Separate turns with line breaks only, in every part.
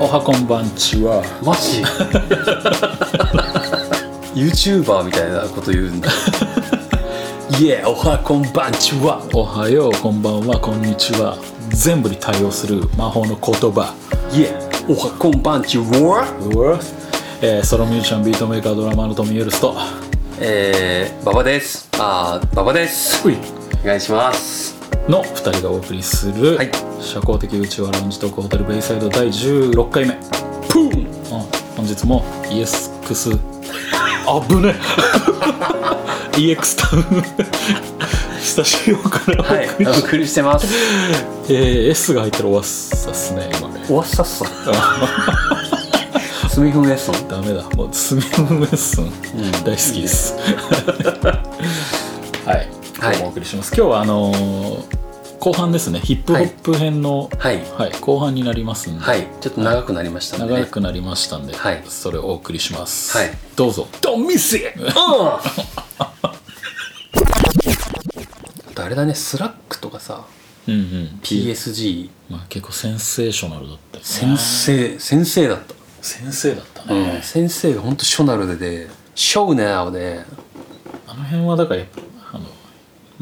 おはこんばんちは
マジ YouTuber みたいなこと言うんだいえおはこんばんちは
おはようこんばんはこんにちは全部に対応する魔法の言葉
いえおはこんばんちは
えーソロミュージシャンビートメーカードラマーのトミー・エルスト
えー、ババですあーババですお願いします
の2人がお送りする、
はい
社交的うちわランジトークホテルベイサイド第16回目、うん、
プーン
本日もイエスクスあぶね EX タウ ンスタジオからお送
は
り
い
し、
お送りしてます
えー S が入ってるおわっさっすね今ね
終わったっすスミフンエッソン
ダメだもうスミムメッスン大好きです、はい今
はい
日もお送りします、今日はあのー後半ですねヒップホップ編の、
はい
はい後半になりますんで、
はいちょっと長くなりましたね
長くなりましたんで、
はい
それをお送りします、
はい
どうぞ
Don't miss it! あとあれだね、スラックとかさ、
うんうん
PSG、
まあ、結構センセーショナルだったよね
先生、先生だった。
先生だった
う
ね、
ん、先生がほんとショナルでで、ショーナーで、
あの辺はだからやっぱあの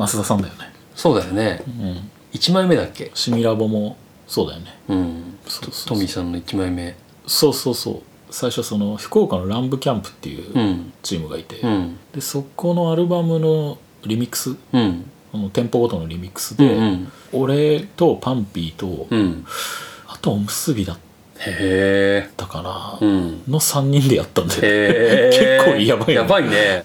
増田さんだよね、
そうだよね。
うん、
1枚目だっけ
シミラボもそうだよね
うん。
そうそ
ト
う
ミーさんの1枚目。。
そうそうそう最初その福岡のランブキャンプっていううんチームがいて、
うん。
でそこのアルバムのリミックス
うん。
あの店舗ごとのリミックス
うん。
で、俺とパンピーと、
うん。
あとおむすびだっ
へ
たかな、
え。うん。
の3人でやったんだよね
へえ。
結構やばいよね
やばいね。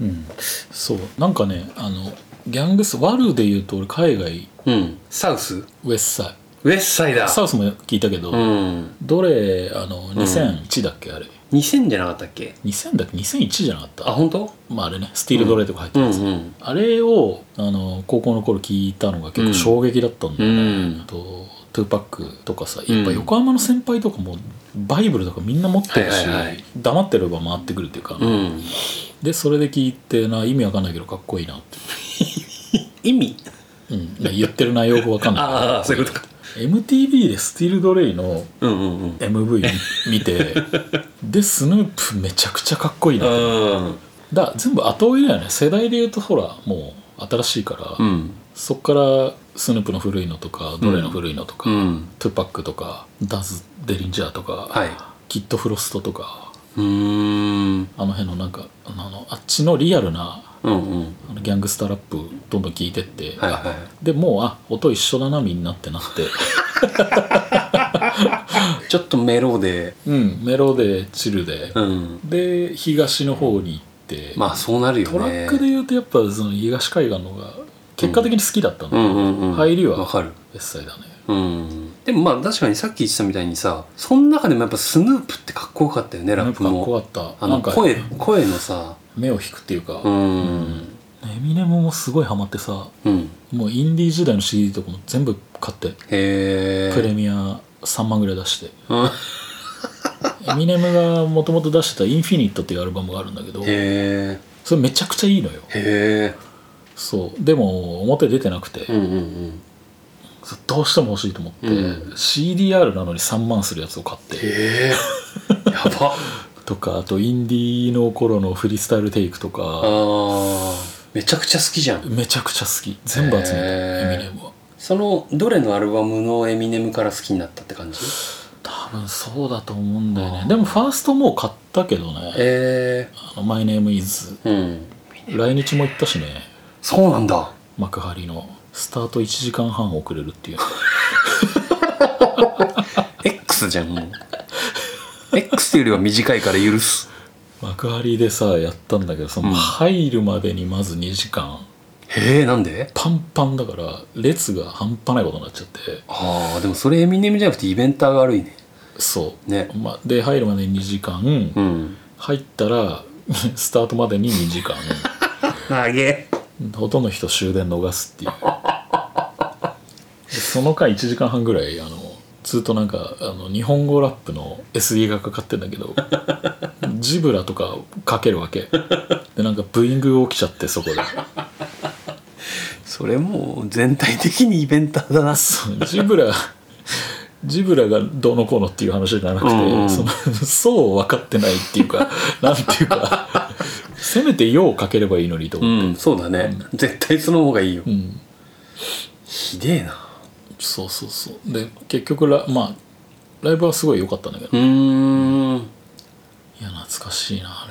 うん、そうなんかねあのギャングスワルで言うと俺海外
うん。サウス
ウエストサイ
ウェッサイダ
ドサウスも聞いたけど、
うん。
どれあの2001だっけあれ
2000じゃなかったっけ
2000だっけ2001じゃなかっ
あ、
た
本当？
まああれねスティールドレとか入って
う
る
ん
やつ、
うん。
あれをあの高校の頃聞いたのが結構衝撃だったんだ
う
よね、
ん
あ。とトゥーパックとかさ
うん
やっぱ横浜の先輩とかもバイブルとかみんな持ってるし、
はいはいはい
黙ってれば回ってくるっていうか、
うん。
でそれで聞いてな意味わかんないけどかっこいいなって、
意味
うん、いや言ってる内容がわかんない
ああ、そういうことか。
MTV でスティール・ドレイの
うんうんうん。
MV 見てでスヌープめちゃくちゃかっこいいな
うん。
だ全部後追いだよね世代で言うとほらもう新しいから、
うん。
そっからスヌープの古いのとかドレイの古いのとか、
うん。
トゥパックとかダンス・デリンジャーとか、
はい
キッド・フロストとか
うーん。
あの辺のなんかあのあっちのリアルな
うんうん。
あのギャングスターラップどんどん聞いてって、
はいは
でもうあ音一緒だなみんなってなって。
い。ちょっとメロで、
うん、メロでチルで、
うん。
で東の方に行って、
まあそうなるよ
ト
ね。
ラックで言うとやっぱその東海岸の方が結果的に好きだったの、
うんうんうん。
入りは
わかる。
別サイだね
うん。でもまあ確かにさっき言ってたみたいにさ、その中でもやっぱスヌープってかっこよかったよね、ラ
や
ッ
っ
プ
ぱかっ
も。
こよかった
あ
な
の
んか
声、声のさ、
目を引くっていうか、
う
うん
ん。
エミネムもすごいハマってさ
うん。
もうインディー時代の CD とかも全部買って
へえ。
プレミア3万ぐらい出して
うん。
エミネムがもともと出してた「インフィニット」っていうアルバムがあるんだけど
へえ。
それめちゃくちゃいいのよ
へえ。
そうでも表出てなくて、
うんうん
そうどうしても欲しいと思って、
う
CDR なのに3万するやつを買って
へえ。 やば。
とかあとインディーの頃のフリースタイルテイクと
あ
か
ーめちゃくちゃ好きじゃん
めちゃくちゃ好き全部集めた
へー
エミネムは
そのどれのアルバムのエミネムから好きになったって感じ
多分そうだと思うんだよ
あ
ね
ー
でもファーストもう買ったけどね
え
「あのマイ・ネーム・イズ
えうん」
来日も行ったしね
そうなんだ
幕張のスタート1時間半遅れるっていう
X じゃんもう X よりは短いから許す
幕張でさやったんだけどさ、
ん
入るまでにまず2時間
へえなんで
パンパンだから列が半端ないことになっちゃって
ああでもそれエミネムじゃなくてイベンターが悪いね
そう
ね
まあ、で入るまでに2時間、
うん
入ったら スタートまでに2時 間
投げ
ほとんどの人終電逃すっていうでその間1時間半ぐらいあのずっとなんかあの日本語ラップの SE がかかってんだけ どジブラとかかけるわけでなんかブーイング起きちゃってそこで
それもう全体的にイベンターだな
そうジブラジブラがどうのこうのっていう話じゃなくて、
うんうん
そのそう分かってないっていうかなんていうかせめて「よ」をかければいいのにと
う
思う、
んそうだね、絶対その方がいいよ、
うん、
ひでえな
そうそうそうで結局ラ,、まあ、ライブはすごい良かったんだけど、
うーん
いや懐かしいなあ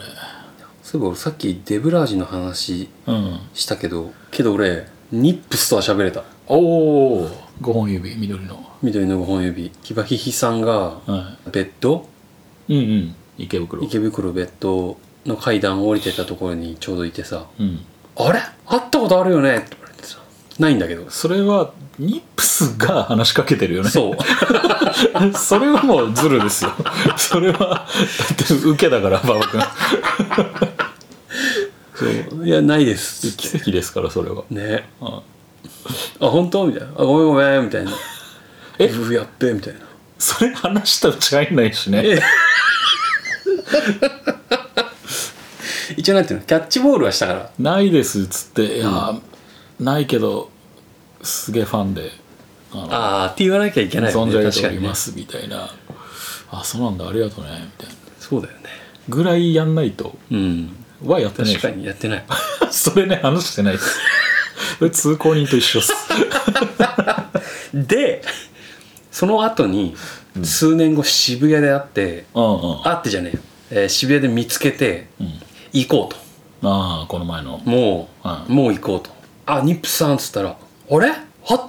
そういえば俺さっきデブラージの話
れうん
したけどけど俺ニップスとは喋れた
おお5本指緑の
緑の五本指キバヒヒさんが
は
ベッド
いうんうん池袋
池袋ベッドの階段を降りてたところにちょうどいてさ
うん
「あれ会ったことあるよね?」って言われてさないんだけ ど
それはニップスが話しかけてるよね
そう
それはもうズルですよ それはだって受けだから馬場君
そういやないですっつっ
奇跡ですからそれは
てね
うん
あ本当みたいな「あごめんごめん」みたいな「
え
うやっべ」みたいな
それ話したら違いないしね
え 一応なんていうのキャッチボールはしたから
ないですっつっていやー、ないけどすげえファンであの
ああって言わなきゃいけないよ
存
ね
じ上げ
確
て
か
おり
にね
ますみたいな、あそうなんだありがとうねみたいな
そうだよね
ぐらいやんないと
うん
はやってないでし
確か
ょ
にやってない
それね話して ないですそれ通行人と一緒っす
でその後に数年後渋谷で会って
うんうん
会ってじゃねえよ、えー渋谷で見つけて
うん
行こうと
ああこの前の
もう、
はい
もう行こうとあニップさんっつったら「あれ会っ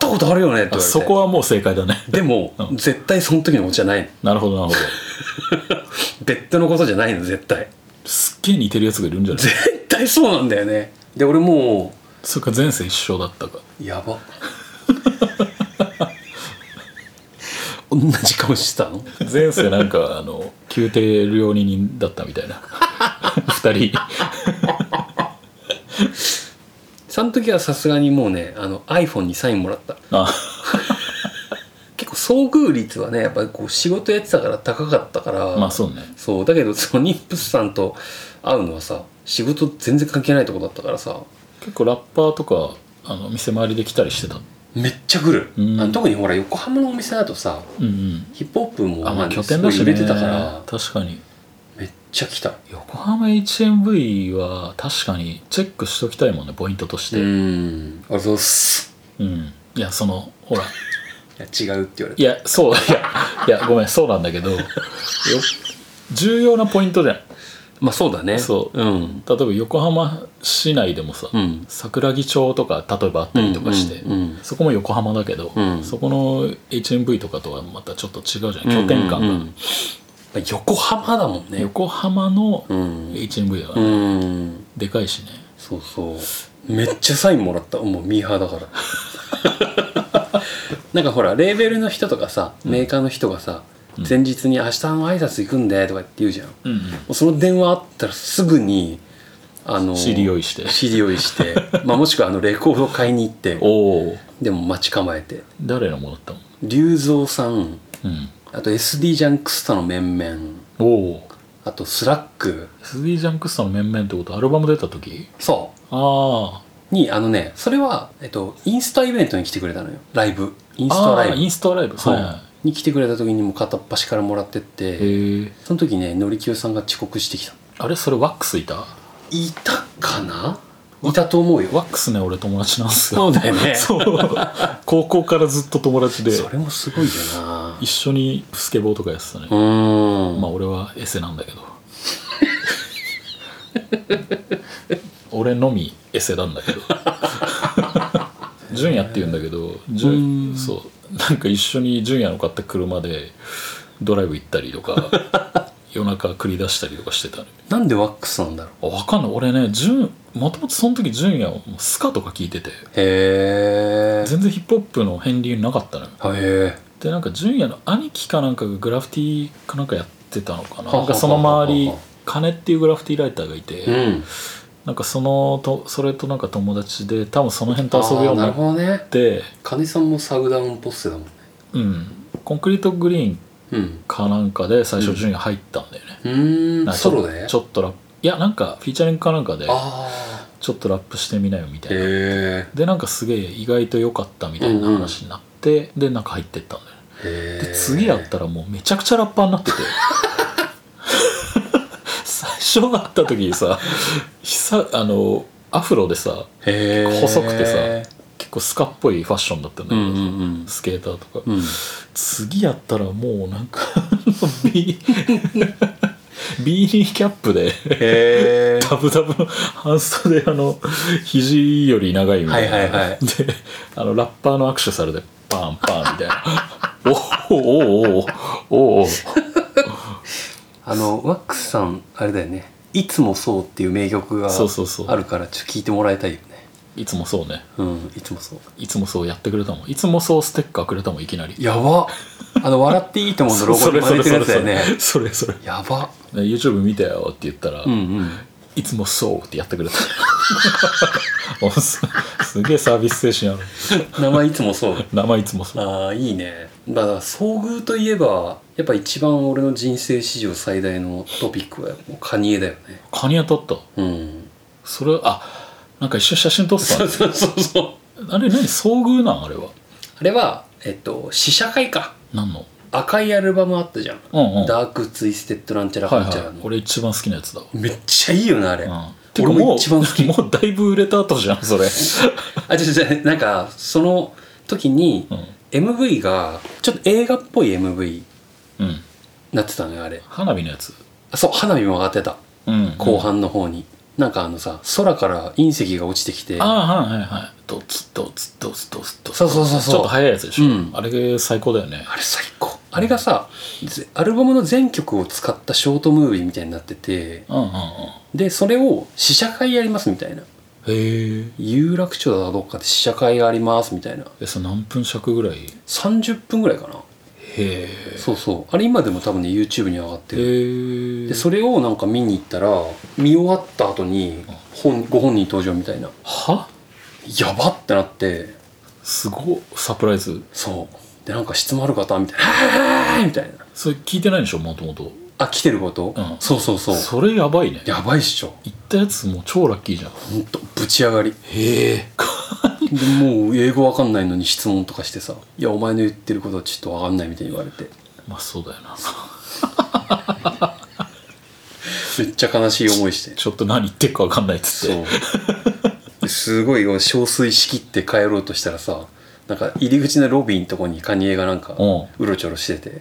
たことあるよね」って言われて
そこはもう正解だ ね
でも、
うん
絶対その時のことじゃないの
なるほどなるほど
ベッドのことじゃないの絶対
すっげえ似てるやつがいるんじゃない
絶対そうなんだよねで俺も
それか前世一緒だったか
うやば同じ顔してたの
前世なん かあの宮廷料理人だったみたいな二人
その時はさすがにもうねあの iPhone にサインもらった
あ
結構遭遇率はねやっぱりこう仕事やってたから高かったから
まあそうね
そうだけどそのニップスさんと会うのはさ仕事全然関係ないとこだったからさ
結構ラッパーとかあの店回りで来たりしてた
めっちゃ来る、
うん
あの特にほら横浜のお店だとさ
うんうん
ヒップホップも
あまあ
ね
拠点だし
すごい
ね
入れてたから
確かに
めっちゃ来た
横浜 HMV は確かにチェックしときたいもんねポイントとし
う
て
んありがとうございます
うんいやそのほ ら
いや違うって言われ
い
て
やそういやいやごめんそうなんだけどよ重要なポイントじゃん
まあそうだね
そう
うん
例えば横浜市内でもさ、
うん
桜木町とか例えばあったりとかして、
うんうん
そこも横浜だけど、
うん
そこの HMV とかとはまたちょっと違うじゃん
うん
拠点感が、
うんうんまあ横浜だもんね
横浜の
うん
HMV だから、
うん
でかいしね
そうそうめっちゃサインもらったもうミーハーだから なんかほらレーベルの人とかさメーカーの人がさ、前日に「明日の挨拶行くんで」とかって言うじゃんも
うん、
うその電話あったらすぐにあの
知り合いして
知り合い して、まあ、もしくはあのレコード買いに行って
おお
でも待ち構えて
誰のもだったの
龍造さん
うん
あと SD ジャンクスタの面々
おお
あとスラック
SD ジャンクスタの面々ってことアルバム出た時
そ
あ
うにあのねそれは、えっと、インスタイベントに来てくれたのよライブイン
ー
スタ
あ
ライ
ー
ブ
インスタライブ
そう、
はいは
に来てくれた時にもう片っ端からもらってっ
い、
て
へえ
その時ねのりきよさんが遅刻してきた
あれそれワックスいた
いたかないたと思うよ
ワックスね俺友達なんですよ
そうだよねそ
そう高校からずっと友達で
れもすごいよな
一緒にスケボーとかやってたね、
うーん、
まあ俺はエセなんだけど 俺のみエセなんだけど純也って言うんだけど純
うん
そうなんか一緒に純也の買った車でドライブ行ったりとか 夜中繰り出したりとかしてたね
なんでワックスなんだろう
あ分かんない俺ね純もともとその時純也はもうスカとか聞いてて
へえ
全然ヒップホップの片りなかったのよ
へえ
でなんか純也の兄貴かなんかがグラフィティかなんかやってたのかな
はははは
なんかその周り金っていうグラフィティライターがいて、
うん
なんかそのとそれとなんか友達で多分その辺と遊ぶ
あ
よ
あ
うに
な
な
る
っ
ほどね
て
金さんもサウダウンポッセだもんね
うんコンクリートグリーン
うん
かなんかで最初順位が入ったんだよね、
うー
なんんか
ソロで
ちょっとラップいやなんかフィーチャリングかなんかで
あ
ちょっとラップしてみなよみた
あ
いな、
へ
でなんかすげえ意外と良かったみたいな話になって、でなんか入ってったんだよね
え
で次やったらもうめちゃくちゃラッパーになってて最初会った時にさ久あのアフロでさ
へえ
細くてさ結構スカっぽいファッションだったんだ
う
けど、
んうんうん
スケーターとか
うん
次やったらもうなんかビービーニーキャップで
へえ
ダブダブの半袖あの肘より長いみたいな、
はいはいはい
であのラッパーの握手されてパンパンみたいなおおおおおお
あのワックスさんあれだよね「いつもそう」っていう名曲が
そうそうそう
あるからちょっと聞いてもらいたいよね
いつもそうね
うんいつもそう
いつもそうやってくれたもんいつもそうステッカーくれたもんいきなり
やばあの「笑っていいと 思う」のロゴに真似てるやつだよね
それそれ
やば
で YouTube 見たよって言ったら、
うんうん
いつもそうってやってくれた おすすげえサービス精神ある
名前いつもそう
名前いつもそう
ああいいねだから遭遇といえばやっぱ一番俺の人生史上最大のトピックはもうカニエだよね
カニ当たった
うん
それあなんか一緒に写真撮ってた
そうそうそうそう
あれ何遭遇なんあれは
あれはえっと試写会か
何の
赤いアルバムあったじゃん、
うんうん
ダークツイステッドなんちゃら
はい
かんちゃら
は
の
い、俺一番好きなやつだわ、
めっちゃいいよねあれ、
うん、
俺も
てかう
一番好き
もうだいぶ売れた後じゃんそれ、
あ違う違うなんかその時に
うん
MV がちょっと映画っぽい MV に
うん、
なってたのよあれ
花火のやつ、
あそう花火も上がってた
うん、
後半の方に、なんかあのさ空から隕石が落ちてきて
ああはいはいはいドツドツドツドツドツ
そうそうそうそう
ちょっと早いやつでしょ、
うん
あれ最高だよね
あれ最高あれがさぜアルバムの全曲を使ったショートムービーみたいになってて
うんうんうん
でそれを試写会やりますみたいな
へえ
有楽町だどっかで試写会がありますみたいな
えそれ何分尺ぐらいへ
30分ぐらいかな
え
そうそうあれ今でも多分ね YouTube に上がってる
へえ
でそれをなんか見に行ったら見終わった後に本ご本人登場みたいな
は
やばってなって
すごっサプライズ
そうでなんか質もある方みたいな「はーい!」みたいな
それ聞いてないでしょもともと
あ来てること、
うん
そうそうそう
それやばいね
やばいっしょ
行ったやつもう超ラッキーじゃん
ほんとぶち上がり
へえ
でもう英語わかんないのに質問とかしてさ「いやお前の言ってることはちょっとわかんない」みたいに言われて
まあそうだよな
めっちゃ悲しい思いして
ちょっと何言ってるか分かんないっつって
そうですごいよ憔悴しきって帰ろうとしたらさなんか入り口のロビーのとこにカニエがなんか
うん
うろちょろしてて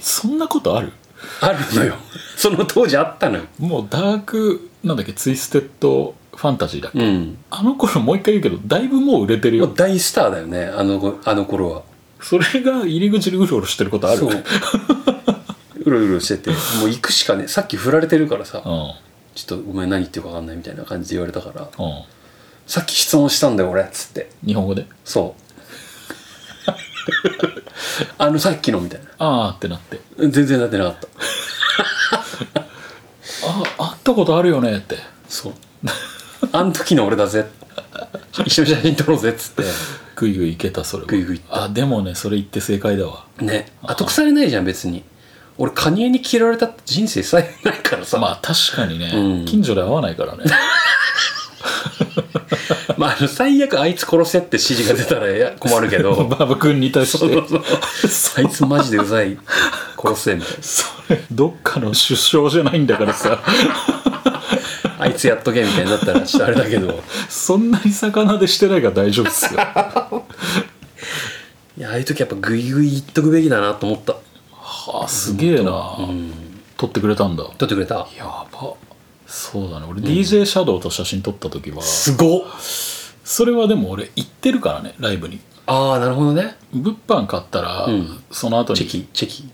そんなことある
あるのよ その当時あったのよ
もうダークなんだっけツイステッドファンタジーだっけ、
うん
あの頃もう一回言うけどだいぶもう売れてる
も
よ
う大スターだよねあの子あの頃は
それが入り口でうろうろしてることある
そう
う
うろうろしててもう行くしかねさっき振られてるからさ
ん
ちょっとごめん何言ってるか分かんないみたいな感じで言われたから
うん
さっき質問したんだよ俺っつって
日本語で
そう あのさっきのみたいな
ああってなって
全然なってなかった
ああ会ったことあるよねって
そうあん時の俺だぜ一緒に写真撮ろうぜっつっ
グイグイいけたそれは
グイグイいった
あでもねそれ言って正解だわ
てね後腐れないじゃん別に俺カニエに嫌われたって人生さえないからさ、
まあ確かにね、
うん
近所で会わないからね
まあ、あの最悪あいつ殺せって指示が出たらいや困る けど
バブ君に対し
そう
て
そうそうあいつマジでうざい殺せみたい
それどっかの出生じゃないんだからさ
なあいつやっとけみたいになったらちょっとあれだけど
そんなに魚でしてないから大丈夫っすよ
いやああいう時やっぱグイグイ言っとくべきだなと思った
はあすげえな、
うん
撮ってくれたんだ
撮ってくれた
やばそうだね俺 DJ シャドウと写真撮った時は、
すごっ
それはでも俺行ってるからねライブに
ああなるほどね
物販買ったら、
うん
その後
チェ
に
キチェキ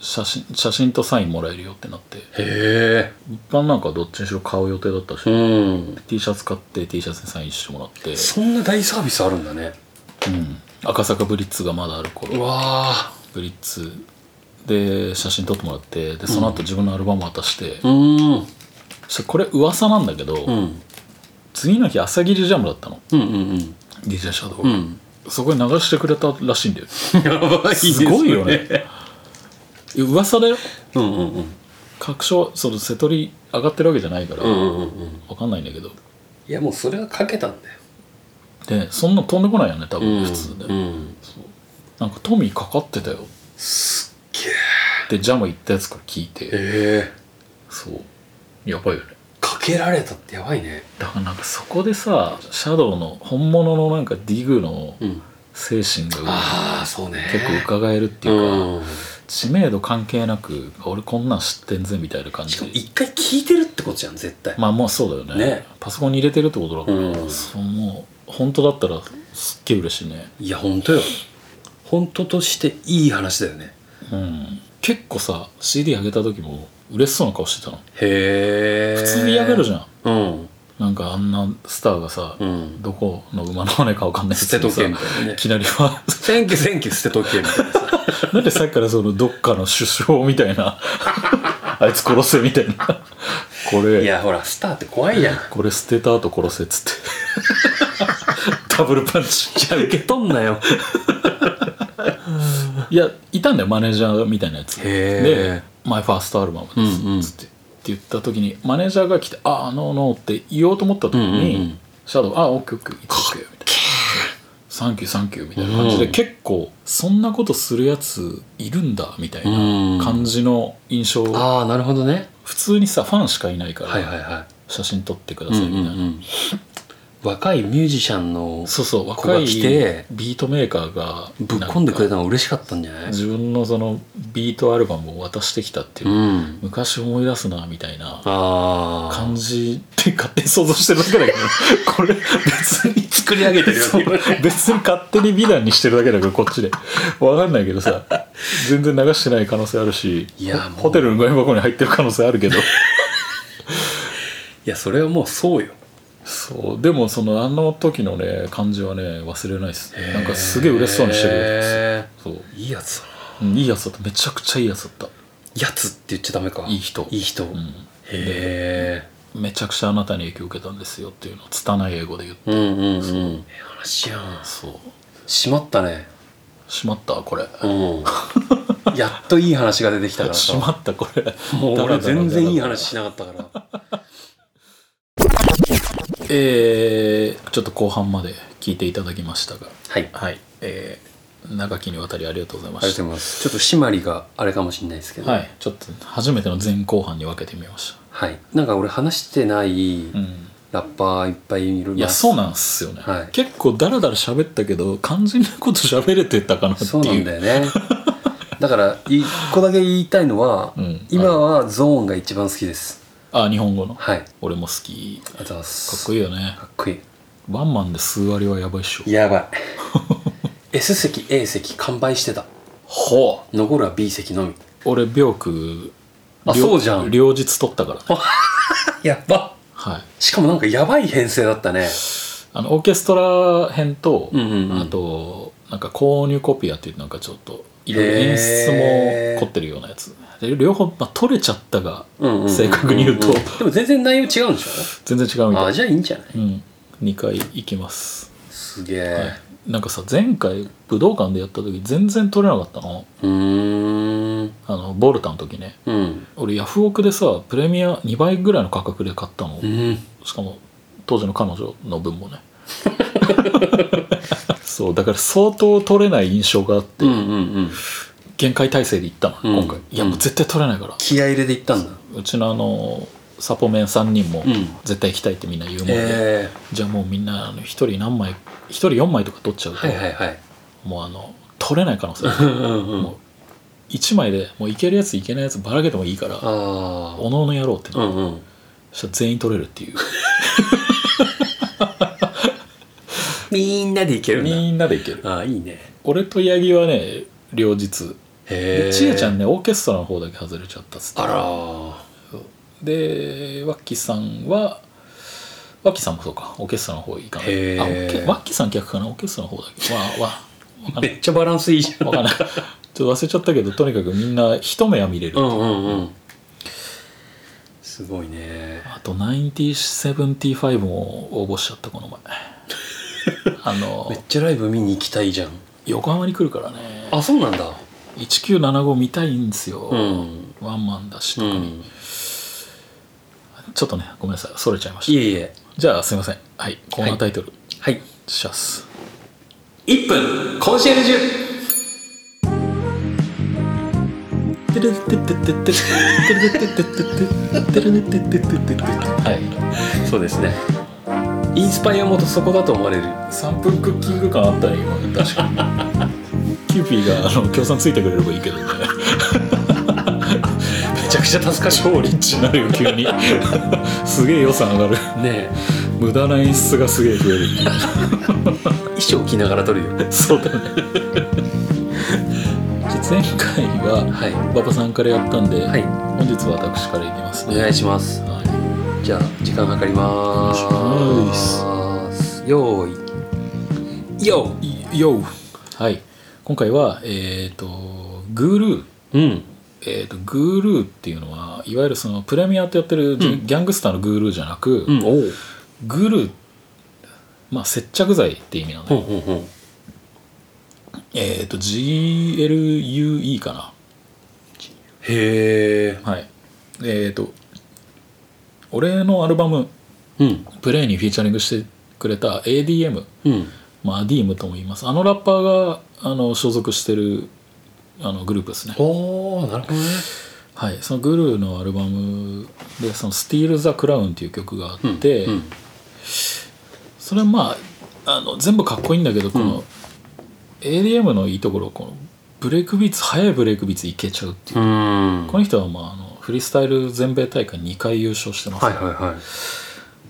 写真写真とサインもらえるよってなって
へ
物販なんかどっちにしろ買う予定だったし、
えうん
T シャツ買って T シャツにサインしてもらって、
そんな大サービスあるんだね
うん、赤坂ブリッツがまだある頃
うわあ
ブリッツで写真撮ってもらってでその後自分のアルバム渡して、
うーん
そしてこれ噂なんだけど、
うん
次の日朝霧ジャムだったの
うんうん
DJ シャドウ、
うんうん
そこに流してくれたらしいんだよ
やばいです
ごいよね。え噂だよ
うんうんうん。
確証その瀬戸り上がってるわけじゃないから、
うん
わ
うんうんうん。
かんないんだけど
いやもうそれはかけたんだよ。
でそんな飛んでこないよね多
う
分
ん。
普通で、
うん。
そうなんかトミーかかってたよ
すっげ
ってジャム行ったやつから聞いて、
え。え
そうやばいよね
ー、かけられたってやばいね。
だからなんかそこでさシャドウの本物のなんかディグの
うん。
精神が
ああ、そうね。
結構
っ
伺えるっていうか、
うん。
知名度関係なく俺こんなん知ってんぜみたいな感
し
じ
かも一回聞いてるってことじゃん、絶対。
まあもうそうだよね
ね
パソコンに入れてるってことだから、
うん
そうもう本当だったらすっげえ嬉しいね
いや、本当よ。本当としていい話だよね。
うん結構さ CD 上げた時も嬉しそうな顔してたの
へえ。
普通に嫌がるじ
ゃ
ゃん、
ん。うん。
なんかあんなスターがさ、
うん。
どこの馬の骨かわかんない
捨てと
さ
けみ
い
たいなね。
きなりは
センキューセンキュー捨てとけみたいなさ。
なんでさっきからそのどっかの首相みたい なあいつ殺せみたいなこ
い
れ
や、ほら、スターって怖いやん。
これ捨てた後殺せっつってダブルパンチ
じゃあ受け取んなよ。
いやいたんだよマネージャーみたいなやつで
へえ。
「マイファーストアルバムです」
うんうん
つってって言った時にマネージャーが来て「ああノーノー」って言おうと思った時に、
うんうんうん
シャドウ「あオッケーオッケーオッケー」みたいな「サンキューサンキュー」みたいな感じで、
うん
結構そんなことするやついるんだみたいな
うん
感じの印象、
ああ、なるほどね。
普通にさファンしかいないから、
はいはいは
写真撮ってくだ
い。
さいみたいな、
ん。若いミュージシャンの
そうそう
子
若
が
い
来
ビ
て、
ートメーカーが
ぶっ込んでくれ
なんか
たの嬉しかったんじゃない
自分のそのビートアルバムを渡してきたっていうう、
ん。
昔思い出すなみたいな
ああ。
感じって勝手に想像してるだけだけど これ別に
作り上げてるよ
そう別に勝手に美談にしてるだけだからこっちでわかんないけどさ全然流してない可能性あるし
いやもう
ホテルのゴミ箱に入ってる可能性あるけど
いや、それはもうそうよ。
そうでもそのあの時のね感じはね忘れないですねなんかすげえ嬉しそうにしてるやつ
へ
そう
ーいいやつだな。
うんいいやつだっためちゃくちゃいいやつだっ
やつって言っちゃダメか
た。いい人
いい人。
う
へ
ん
え。
めちゃくちゃあなたに影響を受けたんですよっていうのを拙い英語で言って
うんうんうん。ええ話やん。
そう
しまったね。
しまったこれ
うん。 やっといい話が出てきたから
し
さ。
まったこれ
もう
ダラダラダ
俺
ラダラ
全然いい話しなかったから。
えーちょっと後半まで聞いていただきましたが
はい。ありが
はいえー長きにわたりありがとうございま
とうご
した
ざいます。ちょっと締まりがあれかもしれないですけど。
はいちょっと初めての前後半に分けてみまし
はい。なんか俺話してない
たうん
ラッパーいっぱいいる
いやそうなんすよね、
はい
結構ダラダラ喋ったけど肝心なこと喋れてたかなっていう
そうなんだよね。 だから、一個だけ言いたいのは、
うん
今はゾーンが一番好きです。
あ日本語の
はい。あり
俺も好きか
がとうございます。
っこいいよね
かっこいい。
ワンマンで数割はやばいっしょ
やばい S 席 A 席完売してた
ほう
残るは B 席のみ
俺病区
あ
両
そうじゃん
両日取ったからね
やば
はい
しかもなんかやばい編成だったね
あのオーケストラ編と、
うんうんうん
あとなんか購入コピアっていうなんかちょっといろいろ演出
へ
も
ー
凝ってるようなやつで両方、まあ、取れちゃったが
うんうんうんうん
正確に言うと
でも全然内容違うんでしょ
全然違うみた
あ
い
じゃあいいんじゃない
うん2回行きます、
すげえ、
はい、なんかさ前回武道館でやった時全然取れなかったの
うーん
あのボルタの時ね
うん
俺ヤフオクでさプレミア2倍ぐらいの価格で買ったの、
うん
しかも当時の彼女の分もね そうだから相当取れない印象があって、
うんうんうん
限界体制で行ったの、
うん
今回いやもううん絶対取れないから、
気合い入れていったんだ
うちのあのサポメン3人も
うん
絶対行きたいってみんな言うもんで、
え
じゃあもうみんなあの1人何枚1人4枚とか取っちゃう
ー、
と、
はいはいはい
もうあの取れない可能性あ
う
る
んうんうん
もう1枚でもういけるやついけないやつばらけてもいいから
あ
おのおのやろうって
あうんうん
そしたら全員取れるっていう
みんなでいけるんだ
みんなでいける
あーいいね
俺と八木はね両日
へ
で
え
ちえちゃんねオーケストラの方だけ外れちゃったっつって
あらー
でワッキーさんはワッキーさんもそうかオーケストラの方行かないあオ
へー
ッケワッキーさん逆かなオーケストラの方だけわわわかんな
め
い
っちゃバランスいいじゃん
わかんないちょっと忘れちゃったけどとにかくみんな一目は見れる、
うんうんうんすごいね
あと9 7 5も応募しちゃったこの前あの
めっちゃライブ見に行きたいじゃん
横浜に来るからね
あそうなんだ
1975見たいんですよ、
うん
ワンマンだし
う
とかね、
ん
ちょっとねごめんなさいそれちゃいまし
い
た
えいえ
じゃあすいませんはいコーナータイトル、
はい
シャス
1分コンシェルジュ
は
そうですねインスパイア元そこだと思われる
い3分クッキング感あったね今確かにキューピーがあの協賛ついてくれればいいけどね
めちゃくちゃ助か
超リッチになるよ急にすげえ予算上がる
るね
無駄な演出がすげえ増える
え衣装着ながら撮るよ
そうだね前回は
はい
馬場さんからやったんで、
はい
本日は私からいきます
お
ね、
願いします
はい
じゃあ時間かかりま
お願いし
ーすよーいよー
よはい今回はえっ、とグールー
うん
えー、とグールーっていうのはいわゆるそのプレミアってやってるじ、
うん
ギャングスターのグールーじゃなく、
うんおう
グールーまあ接着剤って意味なんだ
ほん
よ、
ほんほん
えっ、と GLUE か
へえ
なはいえっ、と俺のアルバム
うん
「プレイ」にフィーチャリングしてくれた ADM
うん
まあアディームとも言いますあのラッパーがあの所属してるあのグループですね
おーなるほどね
はい、そのグルーのアルバムで「そのスティール・ザ・クラウン」っていう曲があって、
うん
それはまああの全部かっこいいんだけどこの、ADM のいいところこのブレイクビーツ早いブレイクビーツいけちゃうっていう、
うん
この人は、まあ、あのフリースタイル全米大会2回優勝してます、
はいはいはい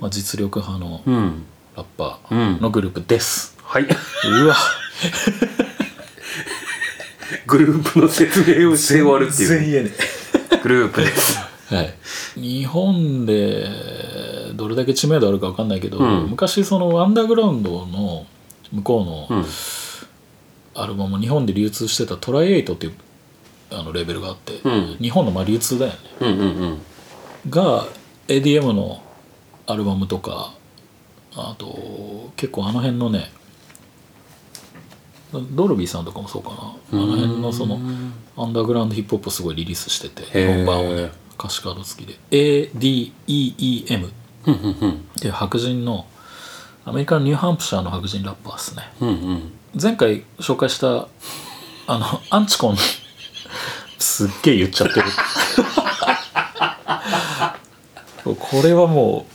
まあ、実力派の
うん
ラッパ
う
ーの
ん
グループです、
はい
うわ
グループの説明をして終わるっていう
言えね
グループです
はい、日本でどれだけ知名度あるか分かんないけど、
うん
昔そのアンダーグラウンドの向こうの、
うん
アルバム日本で流通してたトライエイトっていうあのレーベルがあって、
うん
日本のまあ流通だよね
うんうんうん
が ADM のアルバムとかあと結構あの辺のねドルビーさんとかもそうかなあの辺のそのアンダーグラウンドヒップホップをすごいリリースしてて
へー
日本版をね歌詞カード付きで ADEEM っ
うんうんうん
ていう白人のアメリカのニューハンプシャーの白人ラッパーですね
うんうん
前回紹介したあのアンチコンすっげえ言っちゃってるこれはも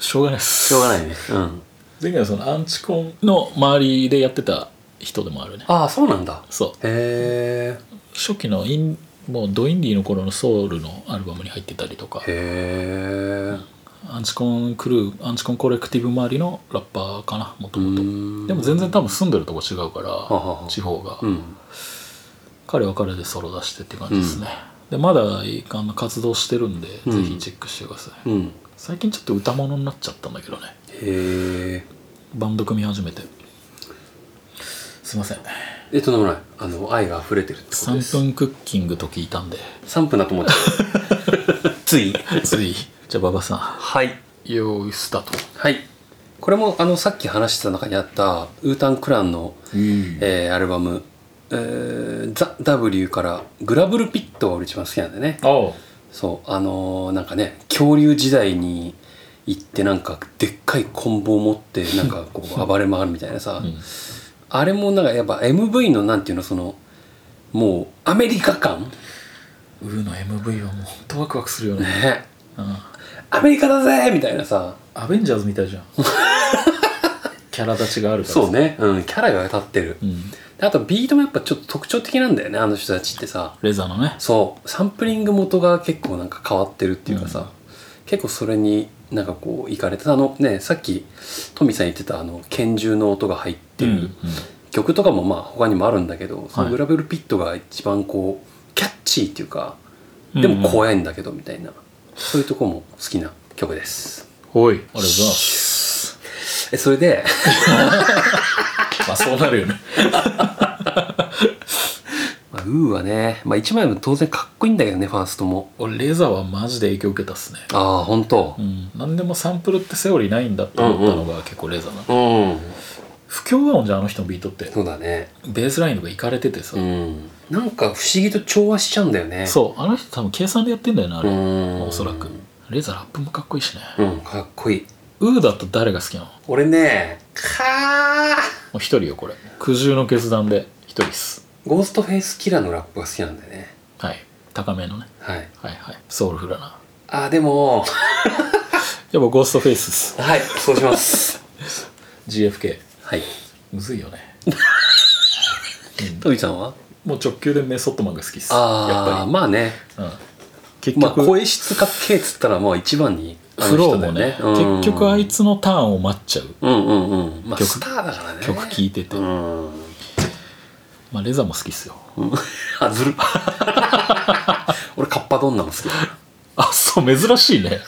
うしょうがないです
しょうがないねうん
前回はそのアンチコンの周りでやってた人でもあるね
ああそうなんだ
そ
へ
う初期のインもうドインディの頃のソウルのアルバムに入ってたりとか
えへえ
アンチコンクルーアンチコンコレクティブ周りのラッパーかなもともとで
で
も全然多分住んでるとこ違うから
はは
地方が
うん
彼は彼でソロ出してって感じですね、でまだあの活動してるんで、
うん
ぜひチェックしてください
うん
最近ちょっと歌物になっちゃったんだけどね
へえ
バンド組み始めてすいません
えっとでもないあの愛が溢れてるってことです
3分クッキングと聞いたんで
3分だと思ったつい
ついじゃあ馬場さ
はい
ん用意スタート
はいこれもあのさっき話してた中にあったウータンクランの、
うん
えーアルバム「えーザ・ W」から「グラブルピット」が俺一番好きなんでね
ああ
そうあのーなんかね恐竜時代に行ってなんかでっかい棍棒を持ってなんかこう暴れ回るみたいなさ、
うん
あれもなんかやっぱ MV のなんていうのそのもうアメリカ感
ウーの MV はもうほんとワクワクするよね、
ね
うん、
アメリカだぜみたいなさ
アベンジャーズみたいじゃんキャラ立ちがあるから
そうね、うん、キャラが立ってる
うん、
であとビートもやっぱちょっと特徴的なんだよねあの人たちってさ
レザーのね
そうサンプリング元が結構なんか変わってるっていうかさ、結構それになんかこういかれてたあのねさっきトミーさん言ってたあの拳銃の音が入って
うん
る曲とかもまあ他にもあるんだけど、そ
はい
のグラベルピットが一番こうキャッチーっていうか
うん
でも怖いんだけどみたいな、そういうとこも好きな曲です
おいありがとうございます
えそれで
まあそうなるよね。
まあウーはね、まあ、1枚も当然かっこいいんだけどねファーストも
俺レザーはマジで影響受けたっすね。
ああ本当
うん。何でもサンプルってセオリーないんだって思ったのが結構レザーなの。
うん、
不協和音じゃんあの人のビートって
そうだね
ベースラインとかいかれててさ、
うんなんか不思議と調和しちゃうんだよね
そうあの人多分計算でやってんだよねあれ、
ん
おそらくレーザーラップもかっこいいしね、
うんかっこいい
ウーだと誰が好きなのも
俺ねかー
う一人よこれ苦渋の決断で一人っす
ゴーストフェイスキラーのラップが好きなんだよね
はい高めのね
はい
はいはいソウルフルな
あーでも
やっぱゴーストフェイスっす
はいそうします
GFK
はい
むずい よね
トミちゃんは
うんもう直球でメソッドマンが好きっす
ああ
やっ
まあね
ぱり、うん、結
まあ
局、
声質かっけえっつったらまあ一番にあの
フロ
人
ー
だ
も
よ
ね、
うん
結局あいつのターンを待っちゃう
うんうんうんまあ
曲
スターだからね
曲聴いてて、
うん
まあ、レザーも好きっすよ
あ ずる俺カッパドンナも好きだ
あそう珍し いね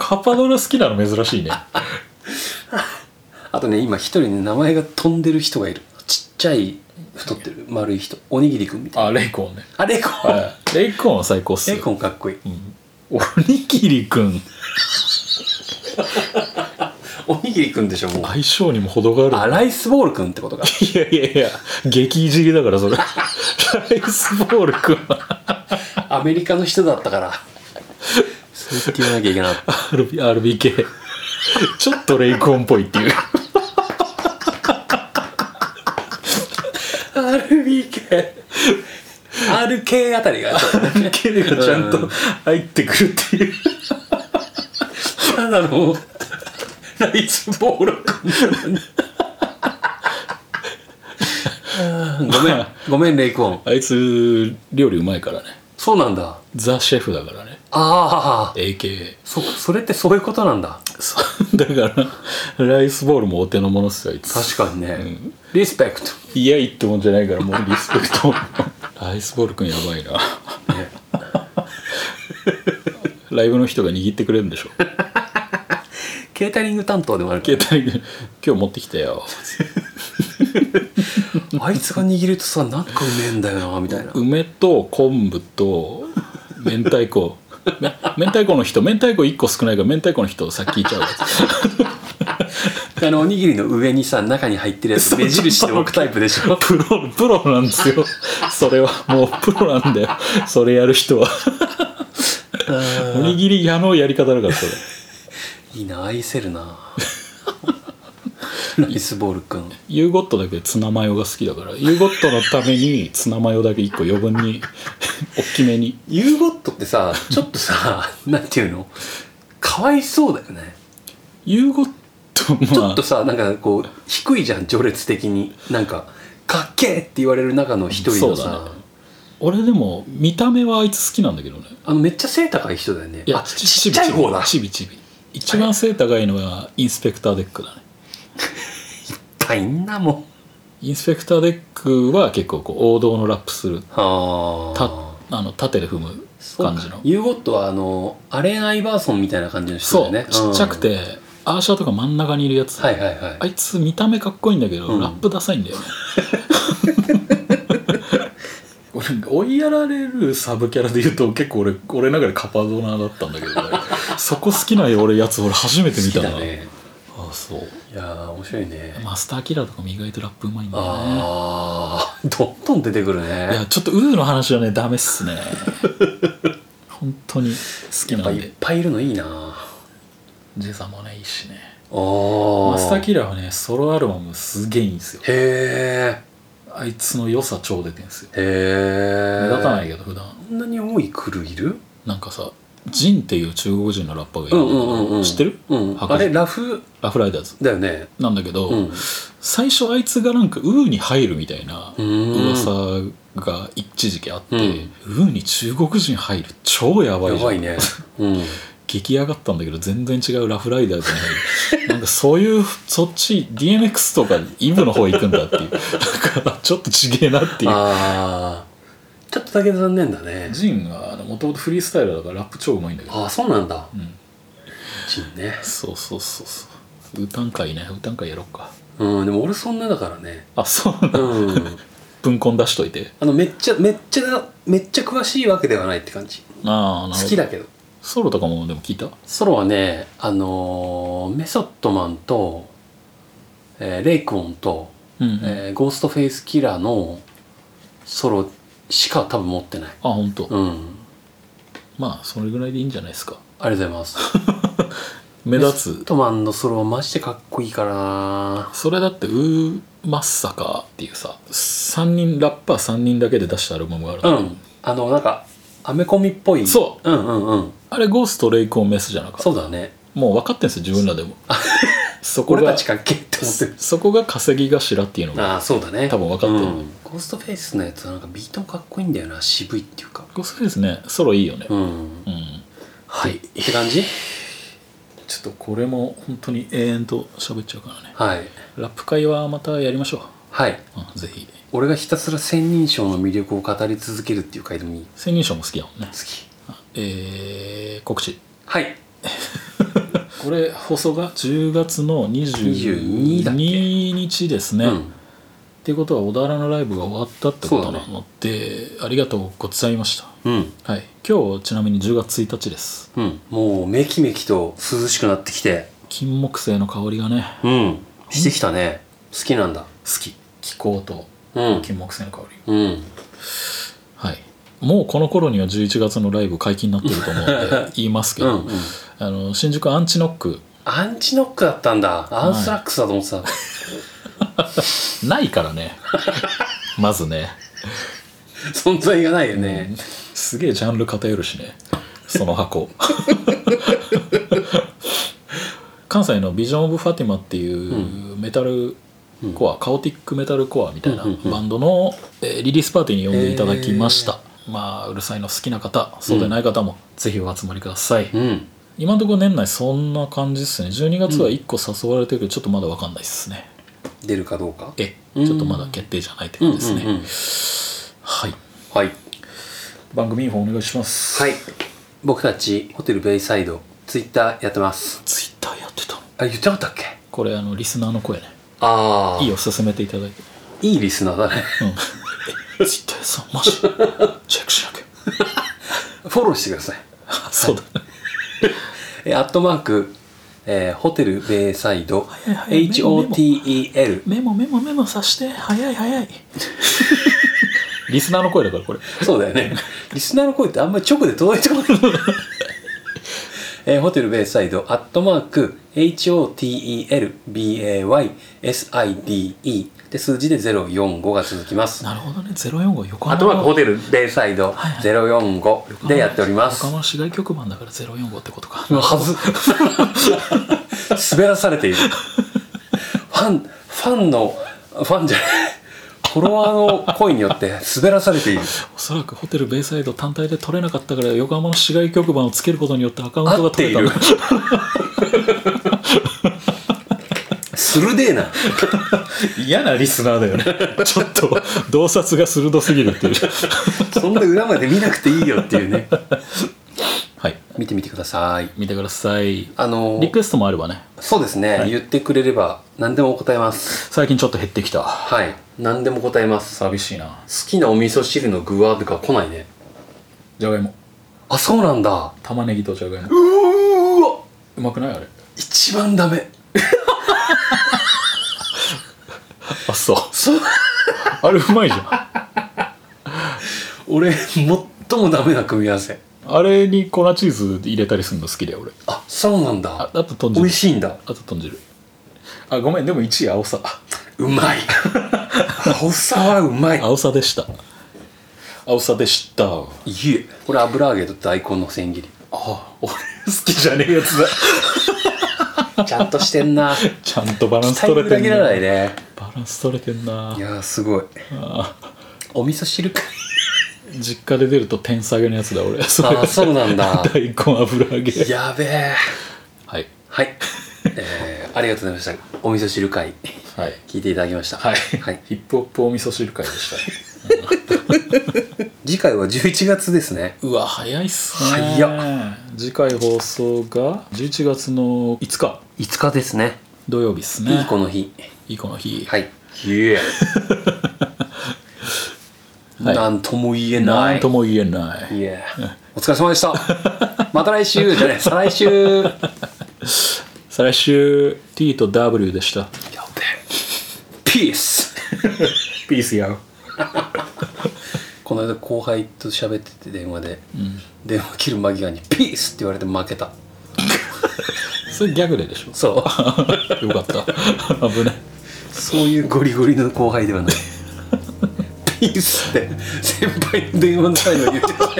カパドラ好きなの珍しいね
あとね今一人ね名前が飛んでる人がいるちっちゃい太ってる丸い人おにぎりくんみたいな
あレイコンね
あレイコン、
はいレイコンは最高っすよ
レイコンかっこいい
うんおにぎりくん
おにぎりくんでしょもう
相性にも程があ
あ
る
ライスボールくんってことか
いやいやいや激いじりだからそれライスボールくんは
アメリカの人だったからそう言って言わなきゃいけなかった
RB RBK ちょっとレイコンっぽいっていう
RBKRK あたりが ちょっと
RBK がちゃんと入ってくるっていう
ただのライスボール くんなのにごめんごめんレイコン
あいつ料理うまいからね
そうなんだ
ザ・シェフだからね
ああ
AKA
そそれってそういうことなんだ
そう だからライスボールもお手の物っすよあいつ
確かにね、
ん
リスペクト
いやいってもんじゃないからもうリスペク トライスボールくんやばいな
ね
ライブの人が握ってくれるんでしょ
ケータリング担当でもあるけ
携帯で今日持ってきたよ
どあいつが握るとさなんかうめえんだよなみたいな
梅と昆布と明太子め明太子の人明太子1個少ないから明太子の人さっき言っちゃうわ
あのおにぎりの上にさ中に入ってるやつ目印で置くタイプでしょ
プロプロなんですよそれはもうプロなんだよそれやる人はおにぎり屋のやり方だからそれ
いいな愛せるな ライスボールくん
ユーゴットだけツナマヨが好きだからユーゴットのためにツナマヨだけ1個余分に大きめに
ユーゴットってさちょっとさ なんていうのかわいそうだよね
ユーゴットまあ
ちょっとさなんかこう低いじゃん序列的になんかかっけえって言われる中の一人の
そうだ
さ、
ね俺でも見た目はあいつ好きなんだけどね
あのめっちゃ背高い人だよね
いや
あちっちゃい方だ
ちびちび一番背高いのはインスペクターデックだね
高いんなもん
インスペクターデックは結構こう王道のラップする
あ
た
あ
あの縦で踏む感じの
ユーゴットはあのアレン・アイバーソンみたいな感じの人
そ
だよ
う,、
ね
ちっちゃくて、
うん
アーシャーとか真ん中にいるやつ、
はいはいはい
あいつ見た目かっこいいんだけど、
うん
ラップダサいんだよね俺なんか追いやられるサブキャラで言うと結構俺俺の中でカパドナだったんだけど、ね、 そこ好きな俺やつ俺初めて見
好き
たな
だね
ああそう
いやー面白いね
マスターキラーとかも意外とラップうまいんだよね
ああどんどん出てくる
いや
ね
ちょっとウーの話はねダメっすね 本当に好き
やっ
な
ぱ
ん
いっ
で
ぱいいるのいいなあ
ジェさんもねいいしね
ー
マスターキラーはねソロアルバムすげえいいんですよ
へ
あいつの良さ超出てんすよ
えへえ
目立たない
よ
けど普段
こんなに多いクルいる
なんかさジンっていう中国人のラッパーがいるんだけど、知ってる
うん
白人
あれラフ
ラフライダーズ
だよね
なんだけど、
うん
最初あいつがなんかウーに入るみたいな噂が一時期あって、
うん
ウーに中国人入る超やばい
や
じゃん
ばいね うん
激上がったんだけど全然違うラフライダーズに入る なんかそういうそっち DMX とかイブの方行くんだっていう だからちょっとちげえなっていう
ああちょっとだけ残念だね
ジンはもともとフリースタイルだからラップ超うまいんだけど
ああそうなんだ
うん
ジンね
そうそうそうそう歌ん会ね歌ん会やろうか
うんでも俺そんなだからね
あそう
う
なん
ん
文婚出しといて
あのめっちゃめっちゃめっちゃ詳しいわけではないって感じ
ああなるほど
好きだけど
ソロとかもでも聞いた
ソロはねあのーメソッドマンとえーレイクオンと、
うんうん
えーゴーストフェイスキラーのソロしか多分持ってない
あ本当、
うん
まあそれぐらいでいいんじゃないですか
ありがとうございます
目立
ベス
つ
トマンのソロはマジでかっこいいからな
それだってウーマッサカーっていうさ3人ラッパー3人だけで出したアルバムがある
う
の、
んあのなんかアメコミっぽい
そう
うんうんうん
あれゴーストレイクオンメスじゃなかった
そうだね
もう分かってんすよ自分らでもそこ
俺た
が
ちかっけって思ってる
そこが稼ぎ頭っていうのが
ああそうだね
多分分かってる
うんゴーストフェイスのやつはなんかビートもかっこいいんだよな渋いっていうか
ゴーストですねソロいいよね、
う
うん
んは
っ
いって感じ
ちょっとこれも本当に永遠と喋っちゃうからね
はい
ラップ会はまたやりましょ
はい。
う、うん、ぜひ
俺がひたすら千人称の魅力を語り続けるっていう回でもいい好
千人称も好きやもんね
き。
えー、告知
はい。
これ放送が10月の
22だっけ
22日ですね、
う
っ
ん。
ていうことは小田原のライブが終わったってことな
そう
ので、ありがとうございました
うん。
はい今日ちなみに10月1日です
うん。もうめきめきと涼しくなってきて。
金木犀の香りがね
うん。してきたね。好きなんだ。
好き気候と
うん。
金木犀の香り
うん。
はいもうこの頃には11月のライブ解禁になってると思うん で言いますけ
う
ど、
ん。
あの新宿アンチノック
アンチノックだったんだ。アンスラックスだと思ってた。
ないからねまずね
存在がないよね。
すげえジャンル偏るしねその 箱関西のビジョン・オブ・ファティマっていうメタルコア、カオティックメタルコアみたいな
うんうんうん
バンドの、えーリリースパーティーに呼んでいただきました、まあうるさいの好きな方そうでない方も、ぜひお集まりください、
うん。
今のところ年内そんな感じですね12月は1個誘われてるけどちょっとまだ分かんないですね、
出るかどうか。
えちょっとまだ決定じゃないって
う
感
ん。
じですね、
うんうん
はい
はい。
番組インフォお願いします
はい。僕たち、ホテルベイサイド、ツイッターやってます。
ツイッターやってたの
あ、言ってなかったっけ
これあのリスナーの声ね
ああ。
いいよ進めていただいて
いいリスナーだね。
うんえツイッターさんマジチェックしなきゃ
フォローしてください。
あ そうだ、
えーアットマーク、えーホテルベイサイド、
いはい
HOTEL。
メモメモメモさして早い早 いリスナーの声だからこれ
そうだよね。 リスナーの声ってあんまり直で届いてこない。 えーホテルベイサイド、アットマーク、HOTELBAYSIDE。で、数字で045が続きます。
なるほどね04号横
アッ
浜
トマーク、ホ
の
テルベイサイド、045でやっております
横。浜の市外局番だから04号ってことか
はず 滑らされているファンファンのファンじゃないフォロワーの声によって滑らされている
おそらくホテルベイサイド単体で取れなかったから横浜の市外局番をつけることによってアカウント
合
が
って
取
い
れたん
る
だ
鋭えな
嫌なリスナーだよね ちょっと洞察が鋭すぎるっていう
そんな裏まで見なくていいよっていうね
はい
見てみてください
見てください
あの
リクエストもあればね
そうですね、言ってくれれば何でも答えます
最近ちょっと減ってきた
はい何でも答えます
寂しいな
好きなお味噌汁の具はとか来ないね
じゃがいも
あそうなんだ
玉ねぎとじゃがいも
うーわ
うまくないあれ
一番ダメ
あそう
そう
あれうまいじゃん
俺最もダメな組み合わせ
あれに粉チーズ入れたりするの好きだよ俺
あそうなんだ
ああと豚
美
汁
味しいんだ
あと豚汁あごめんでも1位青さ
うま い青さはうまい
青さでした青さでしたあ
いいえこれ油揚げと大根の千切り
俺好きじゃねえやつだ
ちゃんとしてんな
ちゃんとバランス
期待
取れて
裏
ん
切
な
らないね
バランス取れてんない
やーすごい
あ
お味噌汁か
ー実家で出ると天下げのやつだ俺それ
あーそうなんだ
大根油揚げ
やべえ
はい
はい、えー、ありがとうございましたお味噌汁会
はい
聞いていただきました
はい、
はい、
ヒップホップお味噌汁会でした
次回は11月ですね
うわ早いっすね
早
次回放送が11月の5日
5日ですね
土曜日ですね
いいこの日
いい子の日、
はいいえ
はい
なんとも言えない
なんとも言えない
いや、お疲れ様でした。また来週じゃない、再来週。や
再来週 T と W でした
べえ。ピース
ピースや
この間後輩と喋ってて電話で
うん
電話切る間際に「ピース!」って言われて負けた
それギャグででしょ
そう
よか った危ない
そういうゴリゴリの後輩で はないピースって先輩の電話の際の言ってた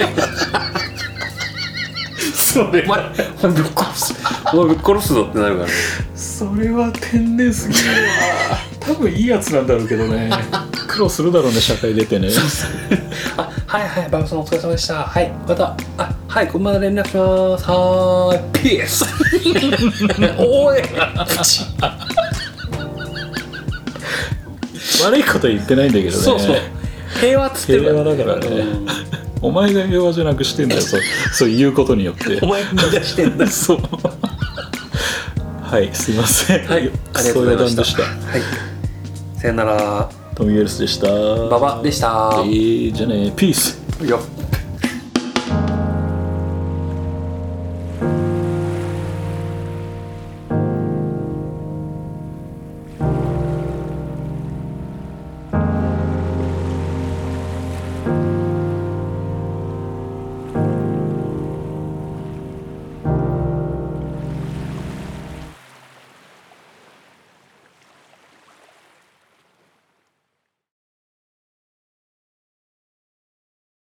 それ
お前お前ぶっ殺すお前ぶっ殺すぞってなるからね
それは天然すぎるわ多分いいやつなんだろうけどね 苦労するだろうね社会出てね
あはいはいバブさんお疲れ様でしたはいまたあはいこんばんは連絡しますはーいピー スおいプチ
悪いこと言ってないんだけどね
そうそう平和っつってる
平和だからね
うん
お前が平和じゃなくしてんだよそうそういうことによって
お前見出してんだ
そうはいすいません
はい、ありがとうございました。
そういう段で
はい、さよなら、
したトミー・ウェルスでした
馬場でした。
えーじゃあねピース
よっ